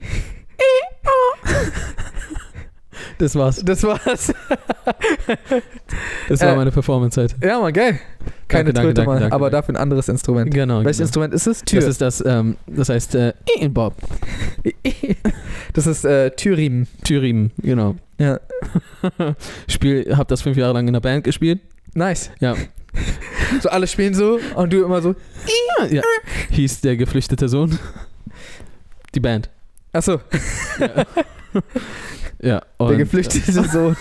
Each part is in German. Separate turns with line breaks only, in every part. E
Das war's.
Das war's.
Das war
Äh,
meine Performance heute.
Ja, mal geil. Keine
Danke,
Tröte,
danke, danke,
Mann,
danke,
aber
danke.
dafür ein anderes Instrument.
Genau.
Welches
genau.
Instrument ist es? Tür.
Das ist das, ähm, das heißt äh, Bob.
das ist äh, Türriemen.
Thüringen, genau.
Ja.
Spiel, hab das fünf Jahre lang in der Band gespielt.
Nice.
Ja.
So alle spielen so und du immer so.
Ah, ja. Hieß der geflüchtete Sohn. Die Band.
Achso,
Ja. ja und,
der geflüchtete Sohn.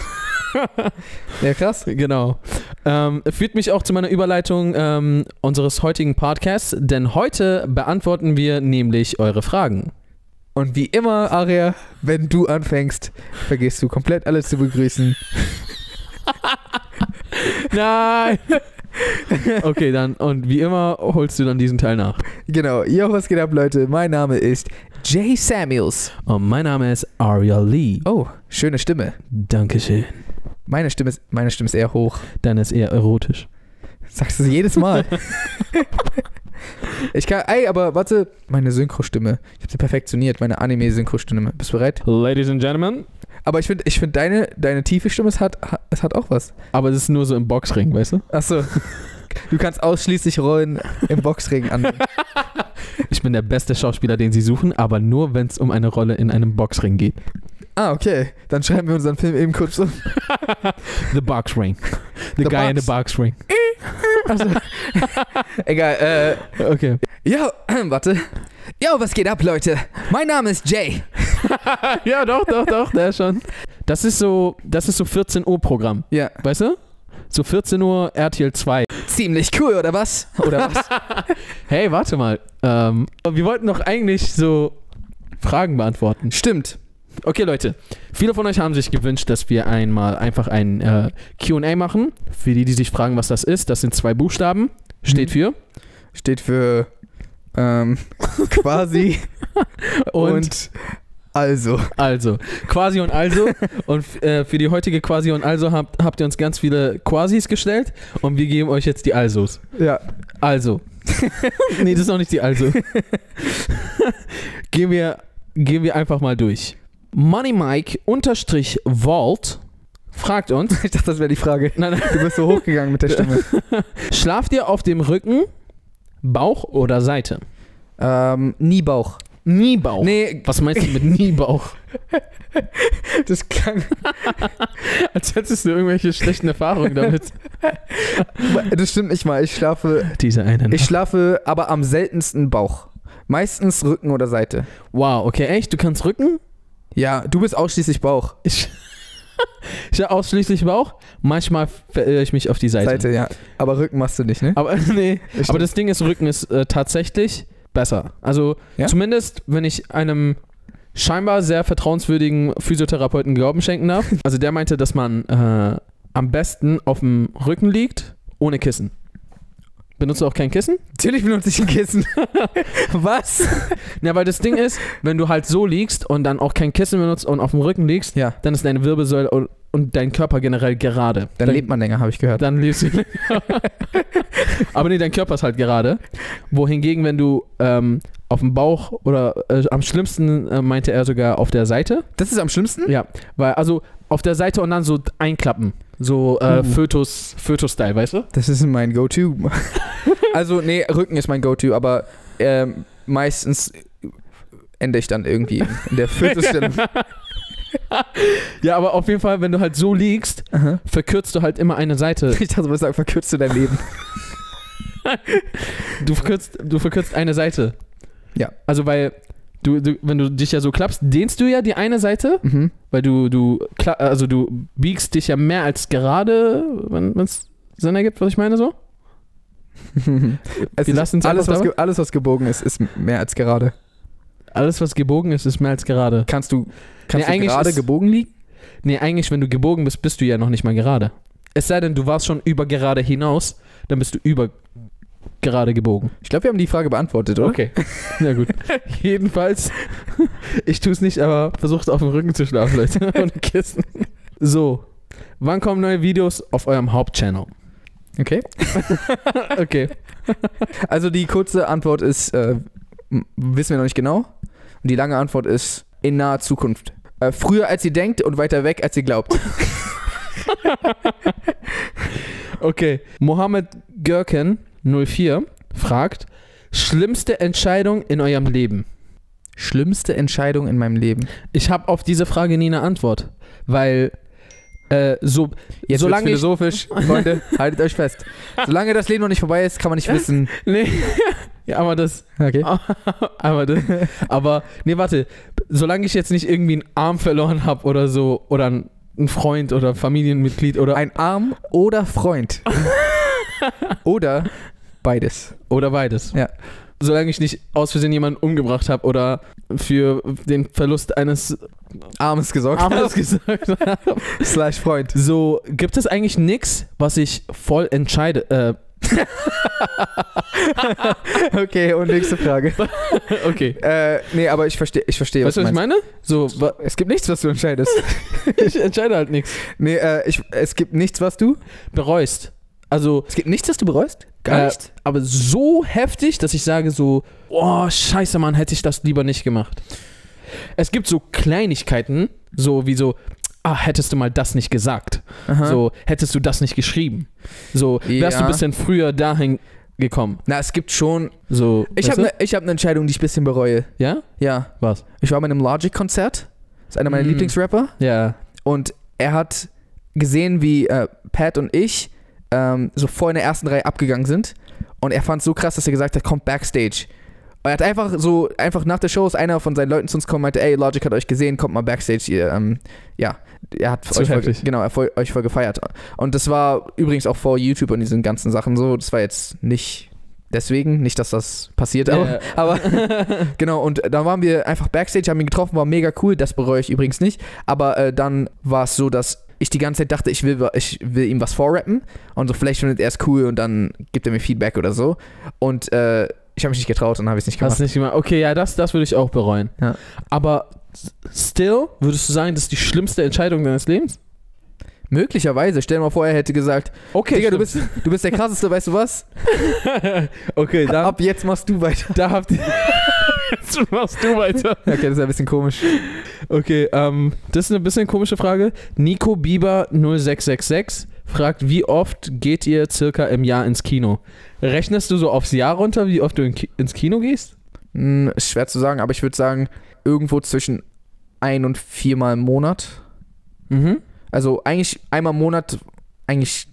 Ja, krass.
Genau. Ähm, führt mich auch zu meiner Überleitung ähm, unseres heutigen Podcasts, denn heute beantworten wir nämlich eure Fragen.
Und wie immer, Aria, wenn du anfängst, vergisst du komplett alle zu begrüßen.
Nein! okay, dann, und wie immer holst du dann diesen Teil nach.
Genau. Yo, was geht ab, Leute? Mein Name ist Jay Samuels.
Und Oh, mein Name ist Aria Lee.
Oh, schöne Stimme.
Dankeschön.
Meine Stimme ist, meine Stimme ist eher hoch.
Deine ist eher erotisch.
Sagst du es jedes Mal. ich kann, ey, aber warte, meine Synchrostimme. Ich habe sie perfektioniert, meine Anime-Synchrostimme. Bist du bereit?
Ladies and Gentlemen.
Aber ich finde, ich find deine, deine tiefe Stimme, es hat, ha- es hat auch was.
Aber es ist nur so im Boxring, weißt du?
Achso. Du kannst ausschließlich Rollen im Boxring annehmen.
Ich bin der beste Schauspieler, den sie suchen, aber nur, wenn es um eine Rolle in einem Boxring geht.
Ah, okay. Dann schreiben wir unseren Film eben kurz um. so.
The Boxring. The,
The
guy in the
box.
Boxring.
Egal, äh.
Okay.
Ja, warte. Ja, was geht ab, Leute? Mein Name ist Jay.
ja, doch, doch, doch, der schon. Das ist so, das ist so 14 Uhr Programm,
Ja.
weißt du? So 14 Uhr RTL 2.
Ziemlich cool, oder was? Oder was?
Hey, warte mal. Ähm, wir wollten doch eigentlich so Fragen beantworten.
Stimmt.
Okay, Leute. Viele von euch haben sich gewünscht, dass wir einmal einfach ein äh, QA machen. Für die, die sich fragen, was das ist, das sind zwei Buchstaben. Steht
Mhm.
für.
Steht für, ähm, quasi.
Und,
also.
also. Quasi und also. und äh, für die heutige Quasi und also habt, habt ihr uns ganz viele Quasis gestellt. Und wir geben euch jetzt die Alsos.
Ja.
Also. nee, das ist noch nicht die Also. gehen, wir, gehen wir einfach mal durch. Money Mike unterstrich Vault fragt uns.
Ich dachte, das wäre die Frage.
Nein, nein.
Du bist so hochgegangen mit der Stimme.
Schlaft ihr auf dem Rücken, Bauch oder Seite?
ähm, nie Bauch.
Nie Bauch.
Nee,
Was meinst du mit nie Bauch?
das klang.
Als hättest du irgendwelche schlechten Erfahrungen damit.
Das stimmt nicht mal. Ich schlafe.
Diese eine.
Ich schlafe aber am seltensten Bauch. Meistens Rücken oder Seite.
wow, okay, echt? Du kannst Rücken?
Ja, du bist ausschließlich Bauch.
Ich, ich hab ausschließlich Bauch. Manchmal verirre ich mich auf die Seite.
Seite, ja. Aber Rücken machst du nicht, ne?
Aber nee,
Stimmt.
Aber das Ding ist, Rücken ist äh, tatsächlich besser. Also
Ja?
zumindest, wenn ich einem scheinbar sehr vertrauenswürdigen Physiotherapeuten Glauben schenken darf. Also der meinte, dass man äh, am besten auf dem Rücken liegt, ohne Kissen. Benutzt du auch kein Kissen?
Natürlich benutze ich ein Kissen. Was?
Ja, weil das Ding ist, wenn du halt so liegst und dann auch kein Kissen benutzt und auf dem Rücken liegst,
Ja.
dann ist deine Wirbelsäule und- und dein Körper generell gerade.
Dann lebt man länger, habe ich gehört.
Dann lebst du länger. Aber nee, dein Körper ist halt gerade. Wohingegen, wenn du ähm, auf dem Bauch oder äh, am schlimmsten äh, meinte er sogar auf der Seite.
Das ist am schlimmsten?
Ja, weil also auf der Seite und dann so einklappen. So äh,
Uh.
Fötus, Fötus-Style, weißt du?
Das ist mein Go-To. also, nee, Rücken ist mein Go-To, aber ähm, meistens ende ich dann irgendwie in der vierten Stelle.
Ja, aber auf jeden Fall, wenn du halt so liegst,
Aha.
verkürzt du halt immer eine Seite.
Ich dachte, du würdest sagen, verkürzt du dein Leben.
Du verkürzt, du verkürzt eine Seite.
Ja.
Also weil du, du, wenn du dich ja so klappst, dehnst du ja die eine Seite
Mhm.
Weil du, du, kla- also du biegst dich ja mehr als gerade, wenn es Sinn ergibt, was ich meine so.
Es
Wir
ist-
lassen's
alles,
einfach
was ge- alles, was gebogen ist, ist mehr als gerade.
Alles, was gebogen ist, ist mehr als gerade.
Kannst du, kannst
Nee,
du
eigentlich
gerade
ist-
gebogen liegen?
Nee, eigentlich, wenn du gebogen bist, bist du ja noch nicht mal gerade. Es sei denn, du warst schon über gerade hinaus, dann bist du über gerade gebogen.
Ich glaube, wir haben die Frage beantwortet, oder?
Okay. Na gut. Jedenfalls, ich tue es nicht, aber versucht auf dem Rücken zu schlafen, Leute. Ohne Kissen. So. Wann kommen neue Videos auf eurem Hauptchannel?
Okay.
Okay.
Also die kurze Antwort ist, äh, m- wissen wir noch nicht genau. Und die lange Antwort ist, in naher Zukunft. Äh, früher als sie denkt und weiter weg als sie glaubt.
Okay. Mohammed Görken 04 fragt: Schlimmste Entscheidung in eurem Leben?
Schlimmste Entscheidung in meinem Leben.
Ich habe auf diese Frage nie eine Antwort, weil äh, so
Jetzt wird's
solange ich
philosophisch, Freunde, haltet euch fest. Solange das Leben noch nicht vorbei ist, kann man nicht wissen.
nee, ja, aber das,
Okay.
aber das, aber nee, warte, solange ich jetzt nicht irgendwie einen Arm verloren habe oder so oder einen- einen Freund oder Familienmitglied oder
Ein Arm oder Freund. oder beides.
Oder beides.
Ja.
Solange ich nicht aus Versehen jemanden umgebracht habe oder für den Verlust eines
Armes gesorgt.
Armes gesagt habe.
Slash Freund.
So, gibt es eigentlich nichts, was ich voll entscheide? Äh,
Okay, und nächste Frage.
okay.
äh, nee, aber ich verstehe, ich verstehe,
Weißt du, was ich meine? So, wa-
Es gibt nichts, was du entscheidest.
ich entscheide halt nichts.
nee, äh, ich, es gibt nichts, was du.
Bereust. Also,
Es gibt nichts, das du bereust?
Äh, aber so heftig, dass ich sage so, oh, scheiße, Mann, hätte ich das lieber nicht gemacht. Es gibt so Kleinigkeiten, so wie so, ah, hättest du mal das nicht gesagt.
Aha.
So, hättest du das nicht geschrieben? So, wärst du
Ja.
ein bisschen früher dahin gekommen?
Na, es gibt schon.
So,
Ich
weißt
habe
du?
eine hab ne Entscheidung, die ich ein bisschen bereue.
Ja?
Ja.
Was?
Ich war bei einem Logic-Konzert. Ist einer meiner
Mm.
Lieblingsrapper.
Ja.
Und er hat gesehen, wie äh, Pat und ich ähm, so vor in der ersten Reihe abgegangen sind. Und er fand es so krass, dass er gesagt hat, kommt backstage. Und er hat einfach so, einfach nach der Show ist einer von seinen Leuten zu uns gekommen und meinte, ey, Logic hat euch gesehen, kommt mal backstage. Ihr, ähm, ja, er hat
Zu
euch voll,
heftig.
genau, er voll, euch voll gefeiert. Und das war übrigens auch vor YouTube und diesen ganzen Sachen so. Das war jetzt nicht deswegen, nicht, dass das passiert, aber,
Ja.
aber Genau, und da waren wir einfach backstage, haben ihn getroffen, war mega cool, das bereue ich übrigens nicht. Aber äh, dann war es so, dass ich die ganze Zeit dachte, ich will, wa- ich will ihm was vorrappen und so, vielleicht findet er es cool und dann gibt er mir Feedback oder so. Und äh, ich habe mich nicht getraut und habe es nicht
Hast
gemacht.
nicht gemacht. Okay, ja, das, das würde ich auch bereuen.
Ja.
Aber s- still, würdest du sagen, das ist die schlimmste Entscheidung deines Lebens?
Möglicherweise, stell dir mal vor, er hätte gesagt,
Okay,
Digga, du bist, du bist der krasseste, weißt du was?
okay, da,
Ab jetzt machst du weiter.
da habt ihr. Jetzt machst du weiter.
Okay, das ist ein bisschen komisch.
Okay, ähm, das ist eine bisschen komische Frage. Nico Bieber 0666 fragt, wie oft geht ihr circa im Jahr ins Kino? Rechnest du so aufs Jahr runter, wie oft du in Ki ins Kino gehst?
Hm, ist schwer zu sagen, aber ich würde sagen, irgendwo zwischen ein und viermal im Monat.
Mhm.
Also eigentlich einmal im Monat, eigentlich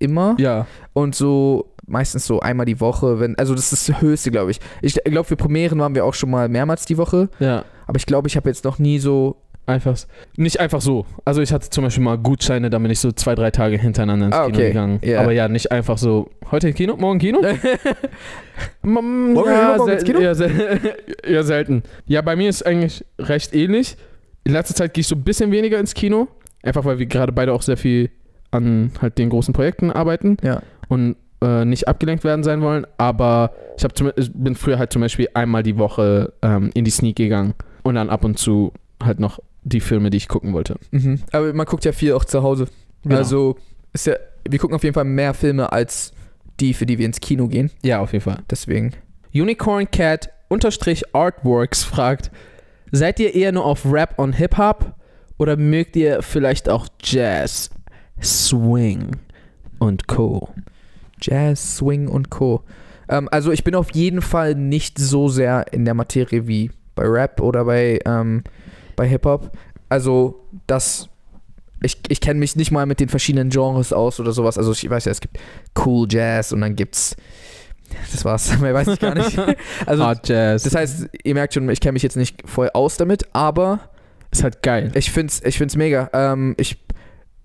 immer.
Ja.
Und so meistens so einmal die Woche, wenn. Also das ist das Höchste, glaube ich. Ich glaube, für Premieren waren wir auch schon mal mehrmals die Woche.
Ja.
Aber ich glaube, ich habe jetzt noch nie so.
Einfach. s- Nicht einfach so. Also ich hatte zum Beispiel mal Gutscheine, da bin ich so zwei, drei Tage hintereinander ins
Ah,
Kino
okay.
gegangen.
Ja.
Aber ja, nicht einfach so. Heute Kino, morgen Kino? morgen
Morgen Kino, morgen ins Kino?
Ja, sel ja, selten. Ja, bei mir ist eigentlich recht ähnlich. In letzter Zeit gehe ich so ein bisschen weniger ins Kino. Einfach weil wir gerade beide auch sehr viel an halt den großen Projekten arbeiten
Ja.
und äh, nicht abgelenkt werden sein wollen. Aber ich, hab zum, ich bin früher halt zum Beispiel einmal die Woche ähm, in die Sneak gegangen und dann ab und zu halt noch die Filme, die ich gucken wollte.
Mhm. Aber man guckt ja viel auch zu Hause.
Genau.
Also ist ja. Wir gucken auf jeden Fall mehr Filme als die, für die wir ins Kino gehen.
Ja, auf jeden Fall.
Deswegen.
Unicorn Cat unterstrich Artworks fragt, seid ihr eher nur auf Rap und Hip-Hop oder mögt ihr vielleicht auch Jazz, Swing und Co.?
Jazz, Swing und Co. Ähm, also ich bin auf jeden Fall nicht so sehr in der Materie wie bei Rap oder bei, ähm, bei Hip-Hop. Also das, ich, ich kenne mich nicht mal mit den verschiedenen Genres aus oder sowas. Also ich weiß ja, es gibt Cool Jazz und dann gibt's, das war's, mehr weiß ich gar nicht. Also
Hard Ah, Jazz.
das heißt, ihr merkt schon, ich kenne mich jetzt nicht voll aus damit, aber
ist halt geil.
ich find's, ich find's mega. Ähm, ich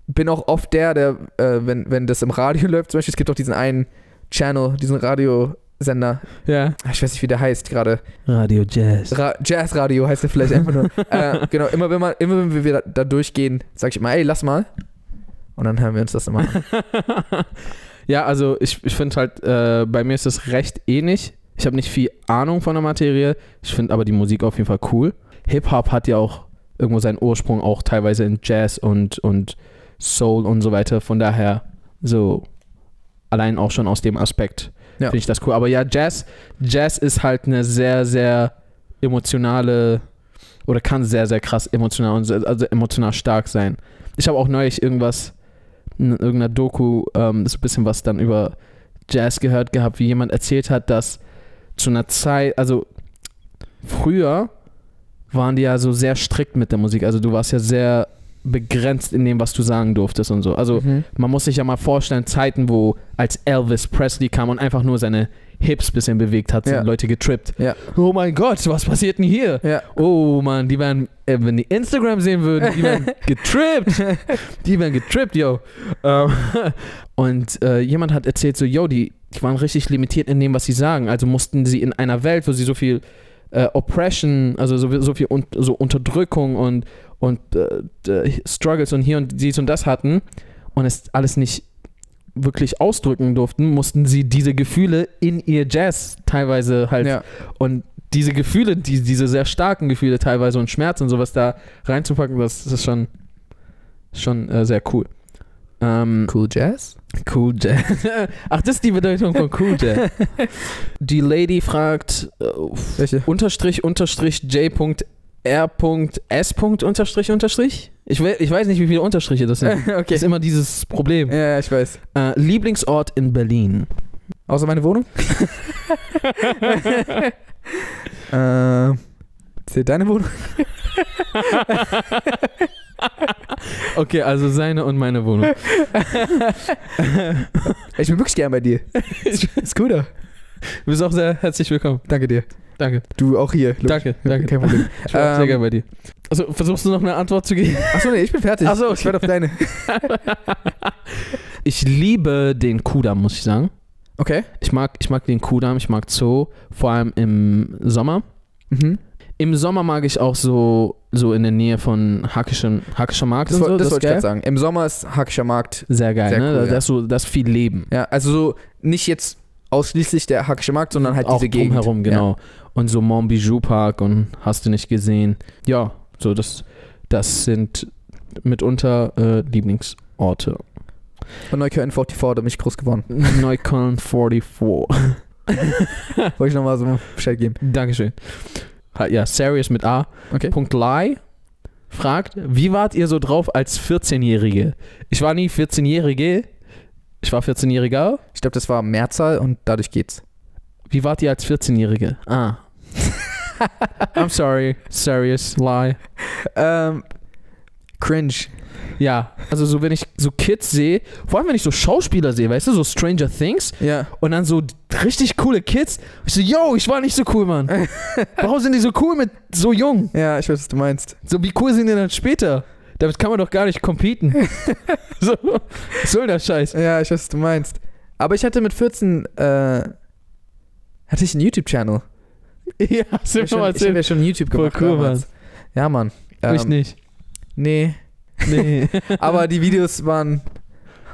bin auch oft der, der, äh, wenn, wenn das im Radio läuft, zum Beispiel, es gibt auch diesen einen Channel, diesen Radiosender, Ah,
Ja.
ich weiß nicht, wie der heißt gerade.
Radio Jazz.
Ra Jazzradio heißt der vielleicht einfach nur. äh, genau, immer wenn, man, immer wenn wir da, da durchgehen, sag ich immer, ey, lass mal. Und dann hören wir uns das immer an.
ja, also ich, ich finde halt, äh, bei mir ist es recht ähnlich. Ich habe nicht viel Ahnung von der Materie. Ich finde aber die Musik auf jeden Fall cool. Hip-Hop hat ja auch irgendwo seinen Ursprung auch teilweise in Jazz und, und Soul und so weiter. Von daher so allein auch schon aus dem Aspekt
Ja.
finde ich das cool. Aber ja, Jazz, Jazz ist halt eine sehr, sehr emotionale oder kann sehr, sehr krass emotional und sehr, also emotional stark sein. Ich habe auch neulich irgendwas in irgendeiner Doku, ähm, so ein bisschen was dann über Jazz gehört gehabt, wie jemand erzählt hat, dass zu einer Zeit, also früher waren die ja so sehr strikt mit der Musik. Also du warst ja sehr begrenzt in dem, was du sagen durftest und so. Also
Mhm.
man muss sich ja mal vorstellen, Zeiten, wo als Elvis Presley kam und einfach nur seine Hips bisschen bewegt hat, sind
Ja.
Leute getrippt.
Ja.
Oh mein Gott, was passiert denn hier?
Ja.
Oh Mann, die wären, äh, wenn die Instagram sehen würden, die wären getrippt. Die wären getrippt, yo. Ähm, und äh, jemand hat erzählt so, yo, die, die waren richtig limitiert in dem, was sie sagen. Also mussten sie in einer Welt, wo sie so viel äh, Oppression, also so, so viel un so Unterdrückung und, und äh, d- Struggles und hier und dies und das hatten und es alles nicht wirklich ausdrücken durften, mussten sie diese Gefühle in ihr Jazz teilweise halt
ja.
und diese Gefühle, die, diese sehr starken Gefühle teilweise und Schmerz und sowas da reinzupacken, das, das ist schon, schon äh, sehr cool. Ähm,
Cool Jazz?
cool Jazz. Ach, das ist die Bedeutung von Cool Jazz. die Lady fragt äh, f-
Welche?
unterstrich unterstrich J.R. S. unterstrich unterstrich. Ich, we ich weiß nicht, wie viele Unterstriche das sind. Das ist
okay.
immer dieses Problem.
Ja, ich weiß.
Äh, Lieblingsort in Berlin.
Außer meine Wohnung? äh, zählt deine Wohnung?
Okay, also seine und meine Wohnung.
Ich bin wirklich gern bei dir. Ist gut, da.
Du bist auch sehr herzlich willkommen.
Danke dir.
Danke.
Du auch hier. Lu-
Danke, danke.
Kein Problem.
Ich bin auch
Ähm,
sehr gerne bei dir. Also versuchst du noch eine Antwort zu geben?
Achso, nee, ich bin fertig.
Ach so, okay.
Ich werde auf deine.
Ich liebe den Kudamm, muss ich sagen.
Okay.
Ich mag, ich mag den Kudamm, ich mag Zoo, vor allem im Sommer.
Mhm.
Im Sommer mag ich auch so, so in der Nähe von Hackischen, Hackischer Markt
Das,
und so.
woll- das wollte ich
ist
gerade sagen. Im Sommer ist Hackischer Markt.
Sehr geil,
Sehr
ne?
cool,
da,
ja.
da, ist so, da ist viel Leben.
Ja, also so nicht jetzt ausschließlich der Hackische Markt, sondern halt
auch
diese Gegend.
drumherum, genau. Und so Montbijou Park und hast du nicht gesehen. Ja, so das, das sind mitunter äh, Lieblingsorte.
Ja. Von Neukölln 44 da bin ich groß geworden.
Neukölln 44.
Wollte ich nochmal so Bescheid geben.
Dankeschön. Ha- Ja, Serious mit A.
Okay.
Punkt Lai fragt, wie wart ihr so drauf als 14-Jährige? Ich war nie 14-Jährige. Ich war 14-Jähriger.
Ich glaube, das war Mehrzahl und dadurch geht's.
Wie wart ihr als 14-Jährige? Ah. I'm sorry. Serious Lie.
Ähm, cringe.
Ja, also so wenn ich so Kids sehe, vor allem wenn ich so Schauspieler sehe, weißt du, so Stranger Things
Ja.
und dann so d- richtig coole Kids. Ich so, yo, ich war nicht so cool, Mann. Warum sind die so cool mit so jung?
Ja, ich weiß, was du meinst.
So, wie cool sind die dann später? Damit kann man doch gar nicht competen. so, was soll der Scheiß?
Ja, ich weiß, was du meinst. Aber ich hatte mit 14, äh, hatte ich einen YouTube-Channel.
Ja, hast du mir
Ich
schon mal
hab
erzählt.
ja schon YouTube
Voll
gemacht.
cool,
damals. Ja, Mann. Ähm,
ich nicht.
Nee.
Nee.
Aber die Videos waren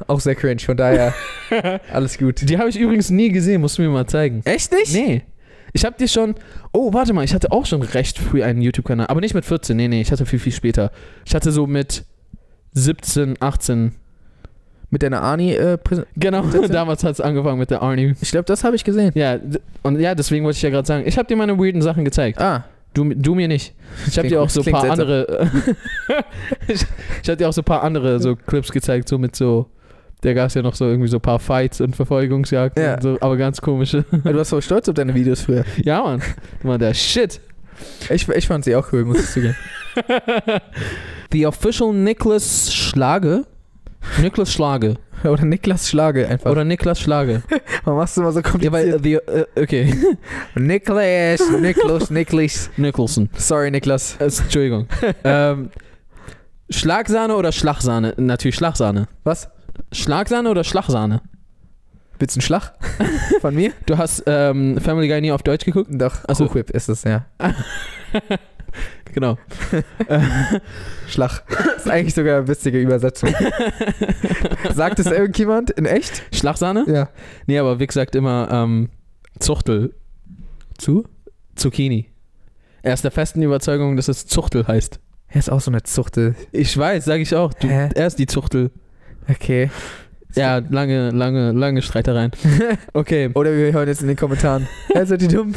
auch sehr cringe, von daher alles gut.
Die habe ich übrigens nie gesehen, musst du mir mal zeigen.
Echt nicht?
Nee. Ich habe dir schon. Oh, warte mal, ich hatte auch schon recht früh einen YouTube-Kanal. Aber nicht mit 14. Nee, nee, ich hatte viel, viel später. Ich hatte so mit 17, 18.
Mit deiner Ani äh, Präsen-
Genau,
17?
damals hat es angefangen mit der Arnie.
Ich glaube, das habe ich gesehen.
Ja, d- und ja, deswegen wollte ich ja gerade sagen, ich habe dir meine weirden Sachen gezeigt.
Ah,
Du, du mir nicht. Ich habe
Klingt-
dir auch so ein
klingt
paar
seltsam.
andere. ich ich habe dir auch so ein paar andere so Clips gezeigt, so mit so. Da gab es ja noch so irgendwie so ein paar Fights und Verfolgungsjagden,
Ja.
und so, aber ganz komische.
du warst voll stolz auf deine Videos früher.
ja, Mann. Mann, der Shit.
Ich, ich fand sie auch cool, muss ich zugeben.
The official Niklas Schlage. Niklas Schlage.
Oder Niklas Schlage einfach.
Oder Niklas Schlage.
Warum machst du immer so
ja, weil,
kompliziert?
äh, the, äh, okay.
Niklas, Niklas, Niklas.
Nicholson.
Sorry, Niklas.
Äh, Entschuldigung. ähm, Schlagsahne oder Schlagsahne? Natürlich Schlagsahne.
Was?
Schlagsahne oder Schlagsahne?
Willst du einen Schlag? Von mir?
Du hast ähm, Family Guy nie auf Deutsch geguckt?
Doch,
Ach so.
Hochwhip ist es, ja.
Genau.
Schlag. ist eigentlich sogar eine witzige Übersetzung. Sagt es irgendjemand in echt?
Schlagsahne?
Ja.
Nee, aber Vic sagt immer ähm, Zuchtel. Zu? Zucchini. Er ist der festen Überzeugung, dass es Zuchtel heißt.
Er ist auch so eine Zuchtel.
Ich weiß, sage ich auch. Du,
Hä?
er ist die Zuchtel.
Okay.
Ja, lange, lange, lange Streitereien. Okay,
Oder wir hören jetzt in den Kommentaren. Er ist Also, die dumm.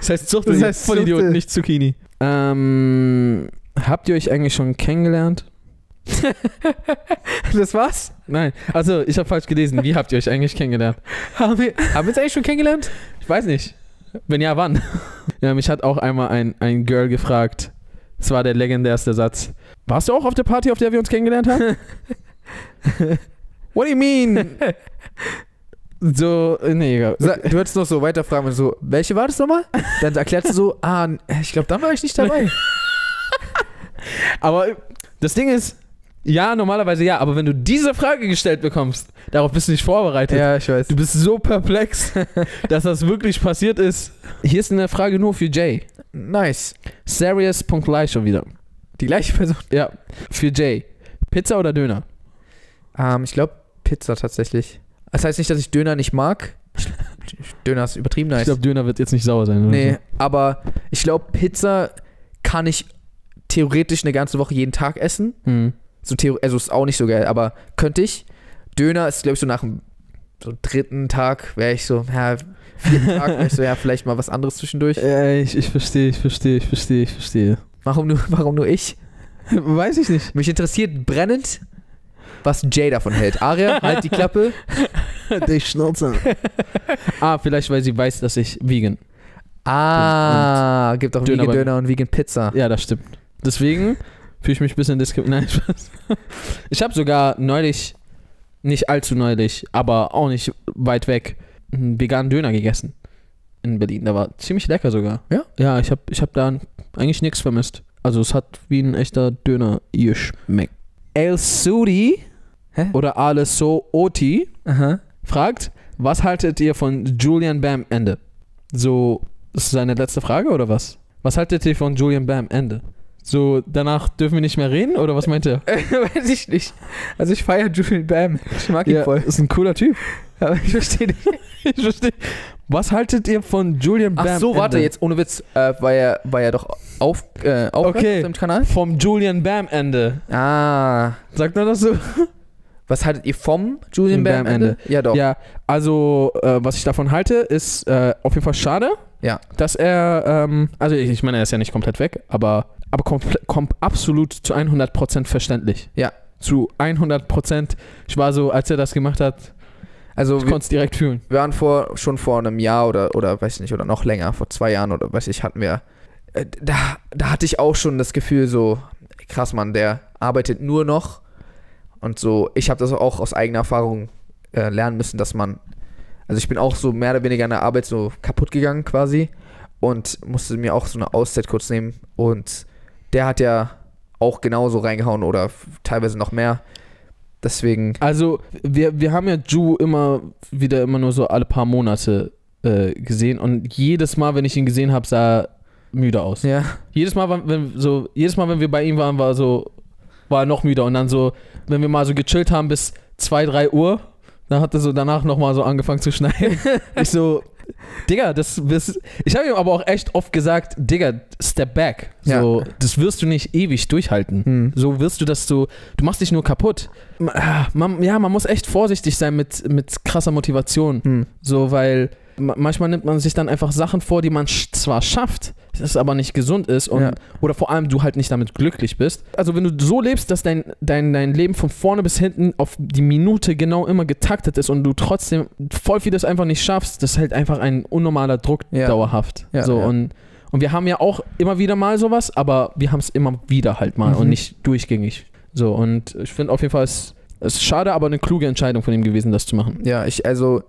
das heißt Zuchtel,
Das heißt
Vollidiot,
Zuchtel.
nicht Zucchini. Ähm, habt ihr euch eigentlich schon kennengelernt?
Das war's?
Nein, also ich habe falsch gelesen. Wie habt ihr euch eigentlich kennengelernt?
Haben wir, haben wir uns eigentlich schon kennengelernt?
Ich weiß nicht. Wenn ja, wann? Ja, mich hat auch einmal ein, ein Girl gefragt. Es war der legendärste Satz. Warst du auch auf der Party, auf der wir uns kennengelernt haben? What do you mean? so, äh, nee, egal.
Sa- Du hättest noch so weiterfragen und so, welche war das nochmal? Dann erklärst du so, ah, n- ich glaube, dann war ich nicht dabei.
Aber das Ding ist, ja, normalerweise ja, aber wenn du diese Frage gestellt bekommst, darauf bist du nicht vorbereitet.
ja, ich weiß.
Du bist so perplex, dass das wirklich passiert ist. Hier ist eine Frage nur für Jay.
Nice.
Serious.ly schon wieder.
Die gleiche Person.
Ja, für Jay. Pizza oder Döner?
Ähm, ich glaube, Pizza tatsächlich. Das heißt nicht, dass ich Döner nicht mag. Döner ist übertrieben nice.
Ich glaube, Döner wird jetzt nicht sauer sein. Oder?
nee, aber ich glaube, Pizza kann ich theoretisch eine ganze Woche jeden Tag essen.
So. Hm.
So Theo also ist auch nicht so geil, aber könnte ich. Döner ist, glaube ich, so nach dem so dritten Tag wäre ich so, ja, vierten Tag wäre ich so, ja, vielleicht mal was anderes zwischendurch.
Äh, ich, ich verstehe, ich verstehe, ich verstehe, ich verstehe.
Warum nur, warum nur ich?
Weiß ich nicht.
Mich interessiert brennend, was Jay davon hält. Aria, halt die Klappe.
Die Schnauze. ah, vielleicht, weil sie weiß, dass ich vegan.
Ah, gibt auch
Döner
Vegan
bei-
Döner und Vegan Pizza.
Ja, das stimmt. Deswegen fühle ich mich ein bisschen diskriminiert. Nein, Spaß. Ich habe sogar neulich, nicht allzu neulich, aber auch nicht weit weg, einen veganen Döner gegessen in Berlin. Der war ziemlich lecker sogar.
Ja?
Ja, ich habe ich hab da eigentlich nichts vermisst. Also es hat wie ein echter Döner geschmeckt. El Sudi
Hä?
oder Aleso Oti
Aha.
fragt, was haltet ihr von Julian Bam Ende? So, ist seine letzte Frage oder was? Was haltet ihr von Julian Bam Ende? So, danach dürfen wir nicht mehr reden oder was meint ihr?
Weiß ich nicht. Also ich feiere Julian Bam. Ich mag ihn voll.
ist ein cooler Typ.
Aber ich verstehe nicht.
Ich verstehe. Was haltet ihr von Julian Bam
Ach so, warte, jetzt ohne Witz, äh, war ja, war ja doch auf, äh, auf
Okay.
auf dem Kanal.
Vom Julian Bam Ende.
Ah.
Sagt man das so?
Was haltet ihr vom Julian
Im
Bam
Bam-Ende?
Ende? Ja, doch.
Ja, also äh, was ich davon halte, ist äh, auf jeden Fall schade,
Ja.
dass er, ähm, also ich, ich meine, er ist ja nicht komplett weg, aber, aber komple- kom absolut zu 100% verständlich.
Ja.
Zu 100%. Ich war so, als er das gemacht hat,
Also
ich
wir,
konnte es direkt fühlen.
wir waren vor, schon vor einem Jahr oder, oder weiß ich nicht, oder noch länger, vor zwei Jahren oder weiß ich, hatten wir, äh, da, da hatte ich auch schon das Gefühl so, krass Mann, der arbeitet nur noch und so, ich habe das auch aus eigener Erfahrung äh, lernen müssen, dass man, also ich bin auch so mehr oder weniger an der Arbeit so kaputt gegangen quasi und musste mir auch so eine Auszeit kurz nehmen und der hat ja auch genauso reingehauen oder f- teilweise noch mehr, deswegen
Also wir, wir haben ja Ju immer wieder immer nur so alle paar Monate äh, gesehen und jedes Mal, wenn ich ihn gesehen habe, sah er müde aus.
ja.
Jedes Mal, wenn- wenn, so, jedes Mal, wenn wir bei ihm waren, war so, war er noch müder. Und dann so, wenn wir mal so gechillt haben bis 2, 3 Uhr, dann hat er so danach nochmal so angefangen zu schneiden. ich so, Digga, das, das ich habe ihm aber auch echt oft gesagt, Digga, step back. So, das wirst du nicht ewig durchhalten.
Hm.
So wirst du das so, du machst dich nur kaputt. Ma- ah, Man, ja, man muss echt vorsichtig sein mit, mit krasser Motivation.
Hm.
So, weil ma- manchmal nimmt man sich dann einfach Sachen vor, die man sch zwar schafft, es aber nicht gesund ist und,
Ja.
oder vor allem du halt nicht damit glücklich bist. Also wenn du so lebst, dass dein, dein, dein Leben von vorne bis hinten auf die Minute genau immer getaktet ist und du trotzdem voll vieles einfach nicht schaffst, das ist halt einfach ein unnormaler Druck
Ja.
dauerhaft.
Ja,
so
ja.
und und wir haben ja auch immer wieder mal sowas, aber wir haben es immer wieder halt mal
Mhm.
und nicht durchgängig. So und ich finde auf jeden Fall es es ist schade, aber eine kluge Entscheidung von ihm gewesen, das zu machen.
Ja, ich, also,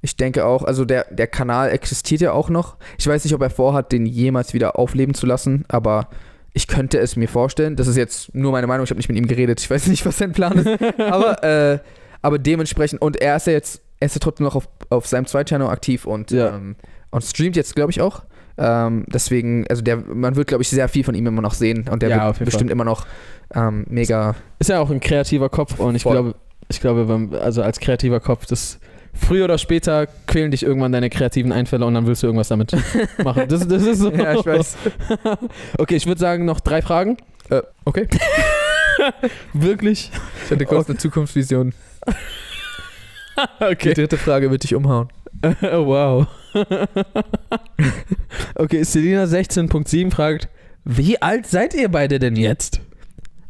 ich denke auch, also der, der Kanal existiert ja auch noch. Ich weiß nicht, ob er vorhat, den jemals wieder aufleben zu lassen, aber ich könnte es mir vorstellen. Das ist jetzt nur meine Meinung, ich habe nicht mit ihm geredet. Ich weiß nicht, was sein Plan ist. aber, äh, aber dementsprechend, und er ist ja jetzt, er ist ja trotzdem noch auf, auf seinem Zweit-Channel aktiv und,
Ja.
ähm, und streamt jetzt, glaube ich, auch. Ähm, deswegen, also der, man wird, glaube ich, sehr viel von ihm immer noch sehen und der
Ja, auf
wird
jeden
bestimmt immer noch ähm, mega.
Ist ja auch ein kreativer Kopf und ich
Voll.
glaube, ich glaube, wenn- also als kreativer Kopf, das früher oder später quälen dich irgendwann deine kreativen Einfälle und dann willst du irgendwas damit machen. Das, das ist so.
Ja, ich weiß.
Okay, ich würde sagen, noch drei Fragen.
Äh,
okay. Wirklich?
Ich hatte kurz eine Zukunftsvision. Die
Okay.
dritte Frage wird dich umhauen.
wow. okay, Selina16.7 fragt, Wie alt seid ihr beide denn jetzt?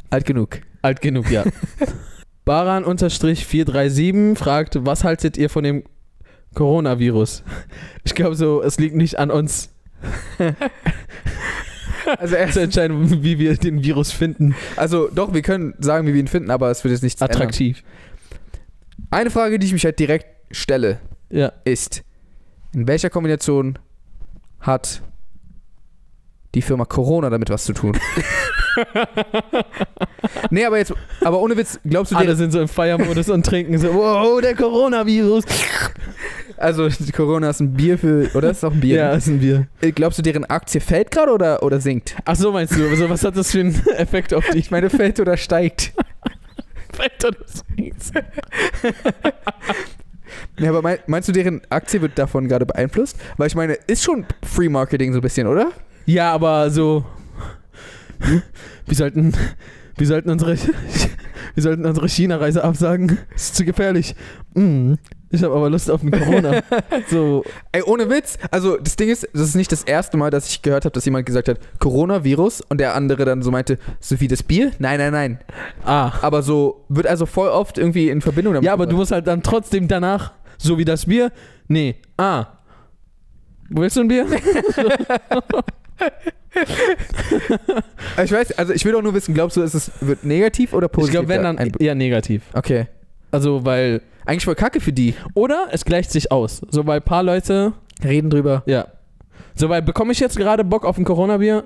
Alt genug.
Alt genug, ja. Baran-437 fragt, was haltet ihr von dem Coronavirus? Ich glaube so, es liegt nicht an uns
Also,
zu
erst,
entscheiden, wie wir den Virus finden.
also doch, wir können sagen, wie wir ihn finden, aber es wird jetzt nichts ändern.
Attraktiv.
Eine Frage, die ich mich halt direkt stelle,
Ja.
ist, in welcher Kombination hat die Firma Corona damit was zu tun? nee, aber jetzt, aber ohne Witz, glaubst du,
Alle
dir,
sind so im Feiermodus und trinken so, wow, der Coronavirus.
also Corona ist ein Bier für, oder ist auch ein Bier?
Ja,
ne?
ist ein Bier.
Äh, Glaubst du, deren Aktie fällt gerade oder, oder sinkt?
Ach so, meinst du, also was hat das für einen Effekt auf dich?
Ich meine, fällt oder steigt.
Alter, das ist-
Ja, aber mein, meinst du, deren Aktie wird davon gerade beeinflusst? Weil ich meine, ist schon Free Marketing so ein bisschen, oder?
Ja, aber so. Wir sollten, wir sollten unsere, wir sollten unsere China-Reise absagen. Das ist zu gefährlich. Mm, ich habe aber Lust auf einen Corona. So,
Ey, ohne Witz. Also, das Ding ist, das ist nicht das erste Mal, dass ich gehört habe, dass jemand gesagt hat, Coronavirus und der andere dann so meinte, so wie das Bier? Nein, nein, nein.
ah.
Aber so wird also voll oft irgendwie in Verbindung damit.
Ja, aber du
gebracht.
musst halt dann trotzdem danach, so wie das Bier. Nee, ah. Willst du ein Bier?
Ich weiß, also ich will doch nur wissen, glaubst du, ist es wird negativ oder
Ich
positiv?
glaube, wenn dann
ein-
eher negativ.
Okay.
Also, weil.
Eigentlich voll kacke für die.
Oder es gleicht sich aus. So, weil ein paar Leute.
Reden drüber.
Ja. So, weil bekomme ich jetzt gerade Bock auf ein Corona-Bier?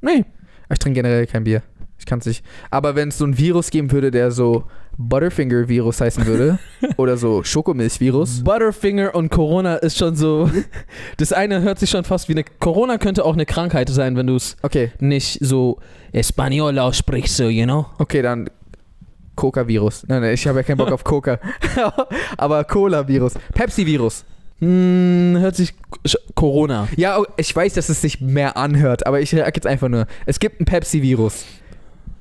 Nee.
Ich trinke generell kein Bier. Ich kann es nicht. Aber wenn es so ein Virus geben würde, der so Butterfinger-Virus heißen würde oder so Schokomilch-Virus.
Butterfinger und Corona ist schon so. Das eine hört sich schon fast wie eine. Corona könnte auch eine Krankheit sein, wenn du es
Okay,
nicht so Espanol aussprichst, so, you know?
okay, dann Coca-Virus. Nein, nein, ich habe ja keinen Bock auf Coca. Aber Cola-Virus. Pepsi-Virus.
Hm, hört sich. Sch- Corona.
Ja, oh, ich weiß, dass es sich mehr anhört, aber ich sag jetzt einfach nur, es gibt ein Pepsi-Virus.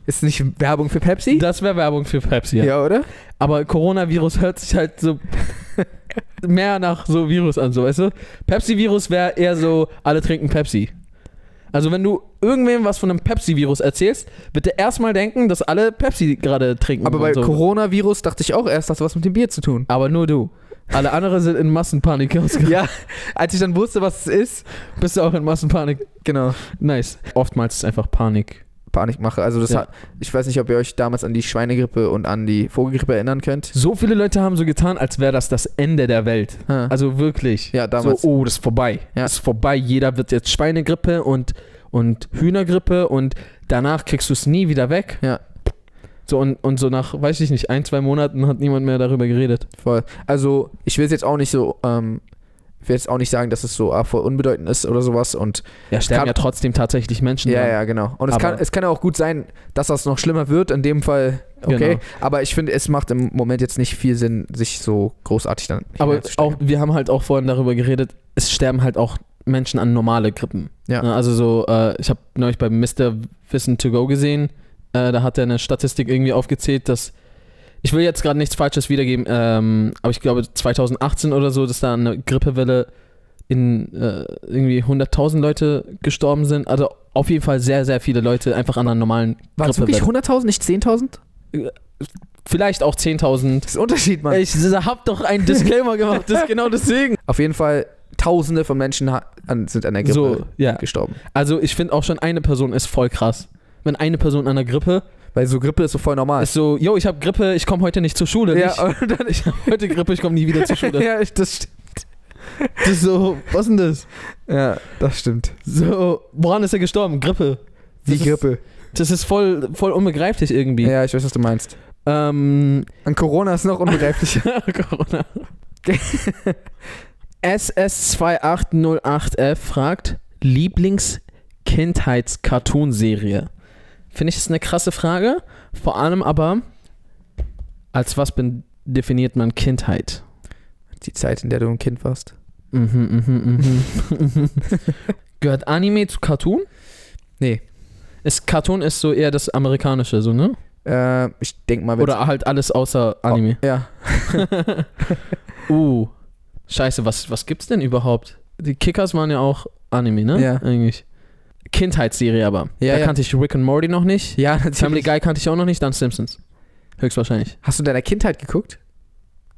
Ist nicht Werbung für Pepsi?
Das wäre Werbung für Pepsi.
ja.
Ja.
oder?
Aber Coronavirus hört sich halt so. mehr nach so Virus an, so, weißt du? Pepsi-Virus wäre eher so, alle trinken Pepsi. Also, wenn du irgendwem was von einem Pepsi-Virus erzählst, bitte erstmal denken, dass alle Pepsi gerade trinken.
Aber
und
bei
so.
Coronavirus dachte ich auch erst, das hat was mit dem Bier zu tun.
Aber nur du. Alle anderen sind in Massenpanik ausgegangen.
Ja, als ich dann wusste, was es ist,
Bist du auch in Massenpanik?
genau.
Nice. Oftmals ist einfach Panik.
Panik mache. Also das
Ja.
hat, ich weiß nicht, ob ihr euch damals an die Schweinegrippe und an die Vogelgrippe erinnern könnt.
So viele Leute haben so getan, als wäre das das Ende der Welt.
Ha.
Also wirklich.
ja, damals.
So, oh, das ist vorbei.
Ja.
Das ist vorbei. Jeder wird jetzt Schweinegrippe und, und Hühnergrippe und danach kriegst du es nie wieder weg.
Ja.
So und, und so nach, weiß ich nicht, ein, zwei Monaten hat niemand mehr darüber geredet.
voll. Also ich will jetzt auch nicht so, ähm, ich will jetzt auch nicht sagen, dass es so ah, voll unbedeutend ist oder sowas. Und
Ja, sterben
Kann-
ja trotzdem tatsächlich Menschen.
ja,
dran.
ja, genau. Und es
Aber-
kann, es kann ja auch gut sein, dass das noch schlimmer wird. In dem Fall, okay.
Genau.
Aber ich finde, es macht im Moment jetzt nicht viel Sinn, sich so großartig dann.
Aber auch,
hineinzusteigern.
wir haben halt auch vorhin darüber geredet, es sterben halt auch Menschen an normale Grippen.
Ja.
Ne, Also so, äh, ich habe neulich bei Mr. Wissen to go gesehen, äh, da hat er eine Statistik irgendwie aufgezählt, dass ich will jetzt gerade nichts Falsches wiedergeben, ähm, aber ich glaube 2018 oder so, dass da eine Grippewelle in äh, irgendwie 100.000 Leute gestorben sind. Also auf jeden Fall sehr, sehr viele Leute einfach an einer normalen
Waren es wirklich
Grippewelle.
100.000, nicht 10.000?
Vielleicht auch 10.000.
Das ist ein Unterschied, Mann.
Ich hab doch einen Disclaimer gemacht, das ist genau deswegen.
Auf jeden Fall, Tausende von Menschen ha- an, sind an der Grippe
So, ja.
gestorben.
Also ich finde auch schon eine Person ist voll krass. Wenn eine Person an der Grippe
Weil so Grippe ist so voll normal.
ist so, yo, ich habe Grippe, ich komme heute nicht zur Schule.
ja,
ich,
und dann
ich habe heute Grippe, ich komme nie wieder zur Schule.
ja, ich- das, st-
Das ist so, was denn das?
ja, das stimmt.
So, woran ist er gestorben? Grippe.
Wie
Das
Grippe.
Ist, das ist voll, voll unbegreiflich irgendwie.
Ja, ich weiß, was du meinst.
Ähm,
An Corona ist noch unbegreiflicher.
Corona. SS2808F fragt, Lieblings-Kindheits-Cartoon-Serie. Finde ich, das ist eine krasse Frage. Vor allem aber, als was ben- definiert man Kindheit?
Die Zeit, in der du ein Kind warst.
Mhm, mhm, mhm. Gehört Anime zu Cartoon?
Nee.
Ist, Cartoon ist so eher das amerikanische, so, ne?
Äh, ich denk mal, wenn's-
Oder halt alles außer Anime.
Oh, Ja.
uh, scheiße, was, was gibt's denn überhaupt? Die Kickers waren ja auch Anime, ne?
Ja.
Eigentlich. Kindheitsserie aber.
Ja,
da
ja.
kannte ich Rick and Morty noch nicht.
Ja, natürlich.
Family Guy kannte ich auch noch nicht, dann Simpsons. Höchstwahrscheinlich.
Hast du in deiner Kindheit geguckt?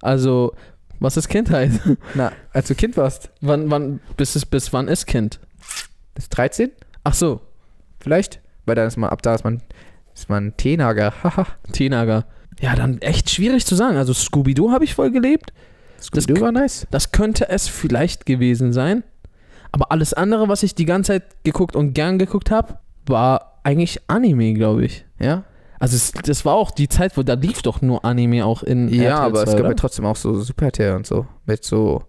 Also, was ist Kindheit?
Na, als du Kind warst.
Wann, wann, bis, es, bis wann ist Kind?
Bis 13?
Ach so,
Vielleicht? Weil dann ist man, ab da ist man, ist man Teenager. Haha.
Teenager. Ja, dann echt schwierig zu sagen. Also Scooby-Doo habe ich voll gelebt.
Scooby-Doo
k-
war nice.
Das könnte es vielleicht gewesen sein. Aber alles andere, was ich die ganze Zeit geguckt und gern geguckt habe, war eigentlich Anime, glaube ich.
Ja?
Also es, das war auch die Zeit, wo da lief doch nur Anime auch in RTL
Ja, aber es
2,
gab ja
oder?
trotzdem auch so super RTL und so. Mit so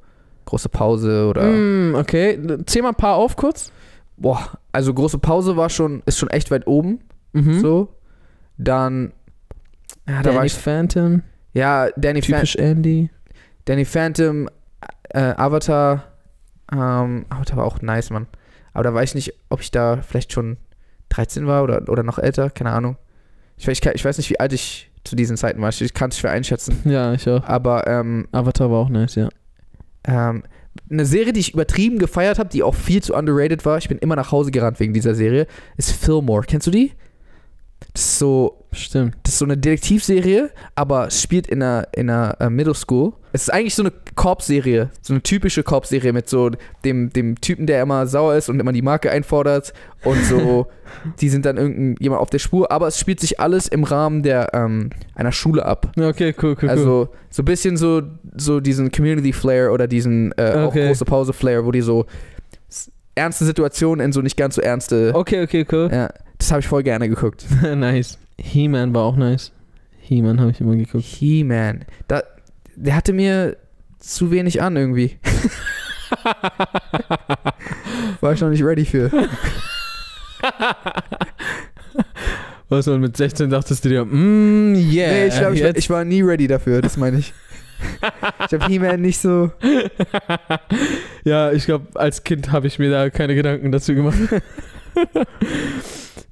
große Pause oder.
Mm, okay, zähl mal ein paar auf kurz.
Boah, also große Pause war schon, ist schon echt weit oben.
Mhm.
So. Dann. Ja, da
Danny
war ich.
Phantom,
Ja, Danny, Fan,
typisch Andy.
Danny Phantom, äh, Avatar. Ähm, Avatar war auch nice, Mann. Aber da weiß ich nicht, ob ich da vielleicht schon 13 war oder, oder noch älter, keine Ahnung. Ich, weiß- ich, kann- ich weiß nicht, wie alt ich zu diesen Zeiten war. Ich kann es schwer einschätzen.
Ja, ich auch.
Aber ähm,
Avatar war auch nice, ja.
Ähm, eine Serie, die ich übertrieben gefeiert habe, die auch viel zu underrated war, ich bin immer nach Hause gerannt wegen dieser Serie, ist Fillmore. Kennst du die? Das ist so,
Stimmt.
das ist so eine Detektivserie, aber es spielt in einer, in einer äh, Middle School. Es ist eigentlich so eine Korb-Serie, so eine typische Korb-Serie mit so dem, dem Typen, der immer sauer ist und immer die Marke einfordert und so, die sind dann irgendjemand auf der Spur, aber es spielt sich alles im Rahmen der, ähm, einer Schule ab.
Okay, cool, cool, cool.
Also so ein bisschen so, so diesen Community-Flair oder diesen äh,
Okay.
auch große Pause-Flair, wo die so s- ernste Situationen in so nicht ganz so ernste.
okay, okay, cool.
Ja, das habe ich voll gerne geguckt.
nice. He-Man war auch nice. He-Man habe ich immer geguckt.
He-Man. Da, der hatte mir zu wenig an irgendwie. War ich noch nicht ready für.
Was man mit 16 dachtest du dir, mm, yeah.
nee, ich glaube, ich, war-
jetzt-
ich war nie ready dafür, das meine ich. ich habe He-Man nicht so.
ja, ich glaube, als Kind habe ich mir da keine Gedanken dazu gemacht.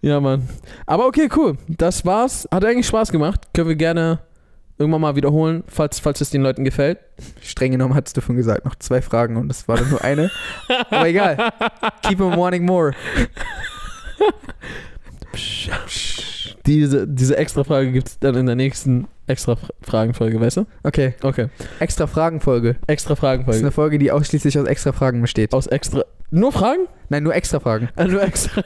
ja, Mann. Aber okay, cool. Das war's. Hat eigentlich Spaß gemacht. Können wir gerne irgendwann mal wiederholen, falls, falls es den Leuten gefällt.
Streng genommen hattest du von gesagt, noch zwei Fragen und es war dann nur eine. Aber egal. Keep on wanting more.
Diese, diese extra Frage gibt es dann in der nächsten extra Fragenfolge, weißt du?
Okay.
Okay.
Extra Fragenfolge.
Extra
Das ist
Fragenfolge.
eine Folge, die ausschließlich aus extra Fragen besteht.
Aus extra. Nur Fragen?
Nein, nur extra Fragen.
Also extra.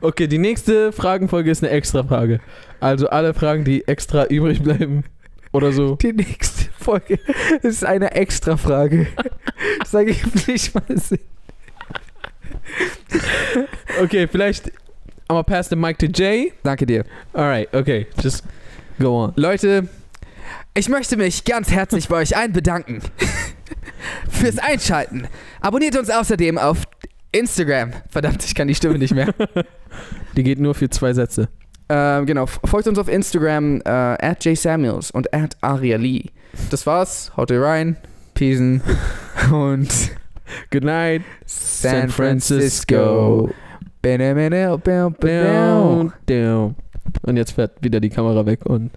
Okay, die nächste Fragenfolge ist eine extra Frage. Also alle Fragen, die extra übrig bleiben oder so.
Die nächste Folge ist eine extra Frage. Das ergibt nicht mal Sinn.
Okay, vielleicht. I'm gonna pass the mic to Jay.
Danke dir.
Alright, okay, just go on.
Leute, ich möchte mich ganz herzlich bei euch allen bedanken. Fürs Einschalten. Abonniert uns außerdem auf Instagram. Verdammt, ich kann die Stimme nicht mehr.
Die geht nur für zwei Sätze.
Ähm, genau, f- folgt uns auf Instagram äh, at jsamuels und at ariali. Das war's. Haut ihr rein. Peace und
Good night,
San Francisco.
Down, down. Und jetzt fährt wieder die Kamera weg und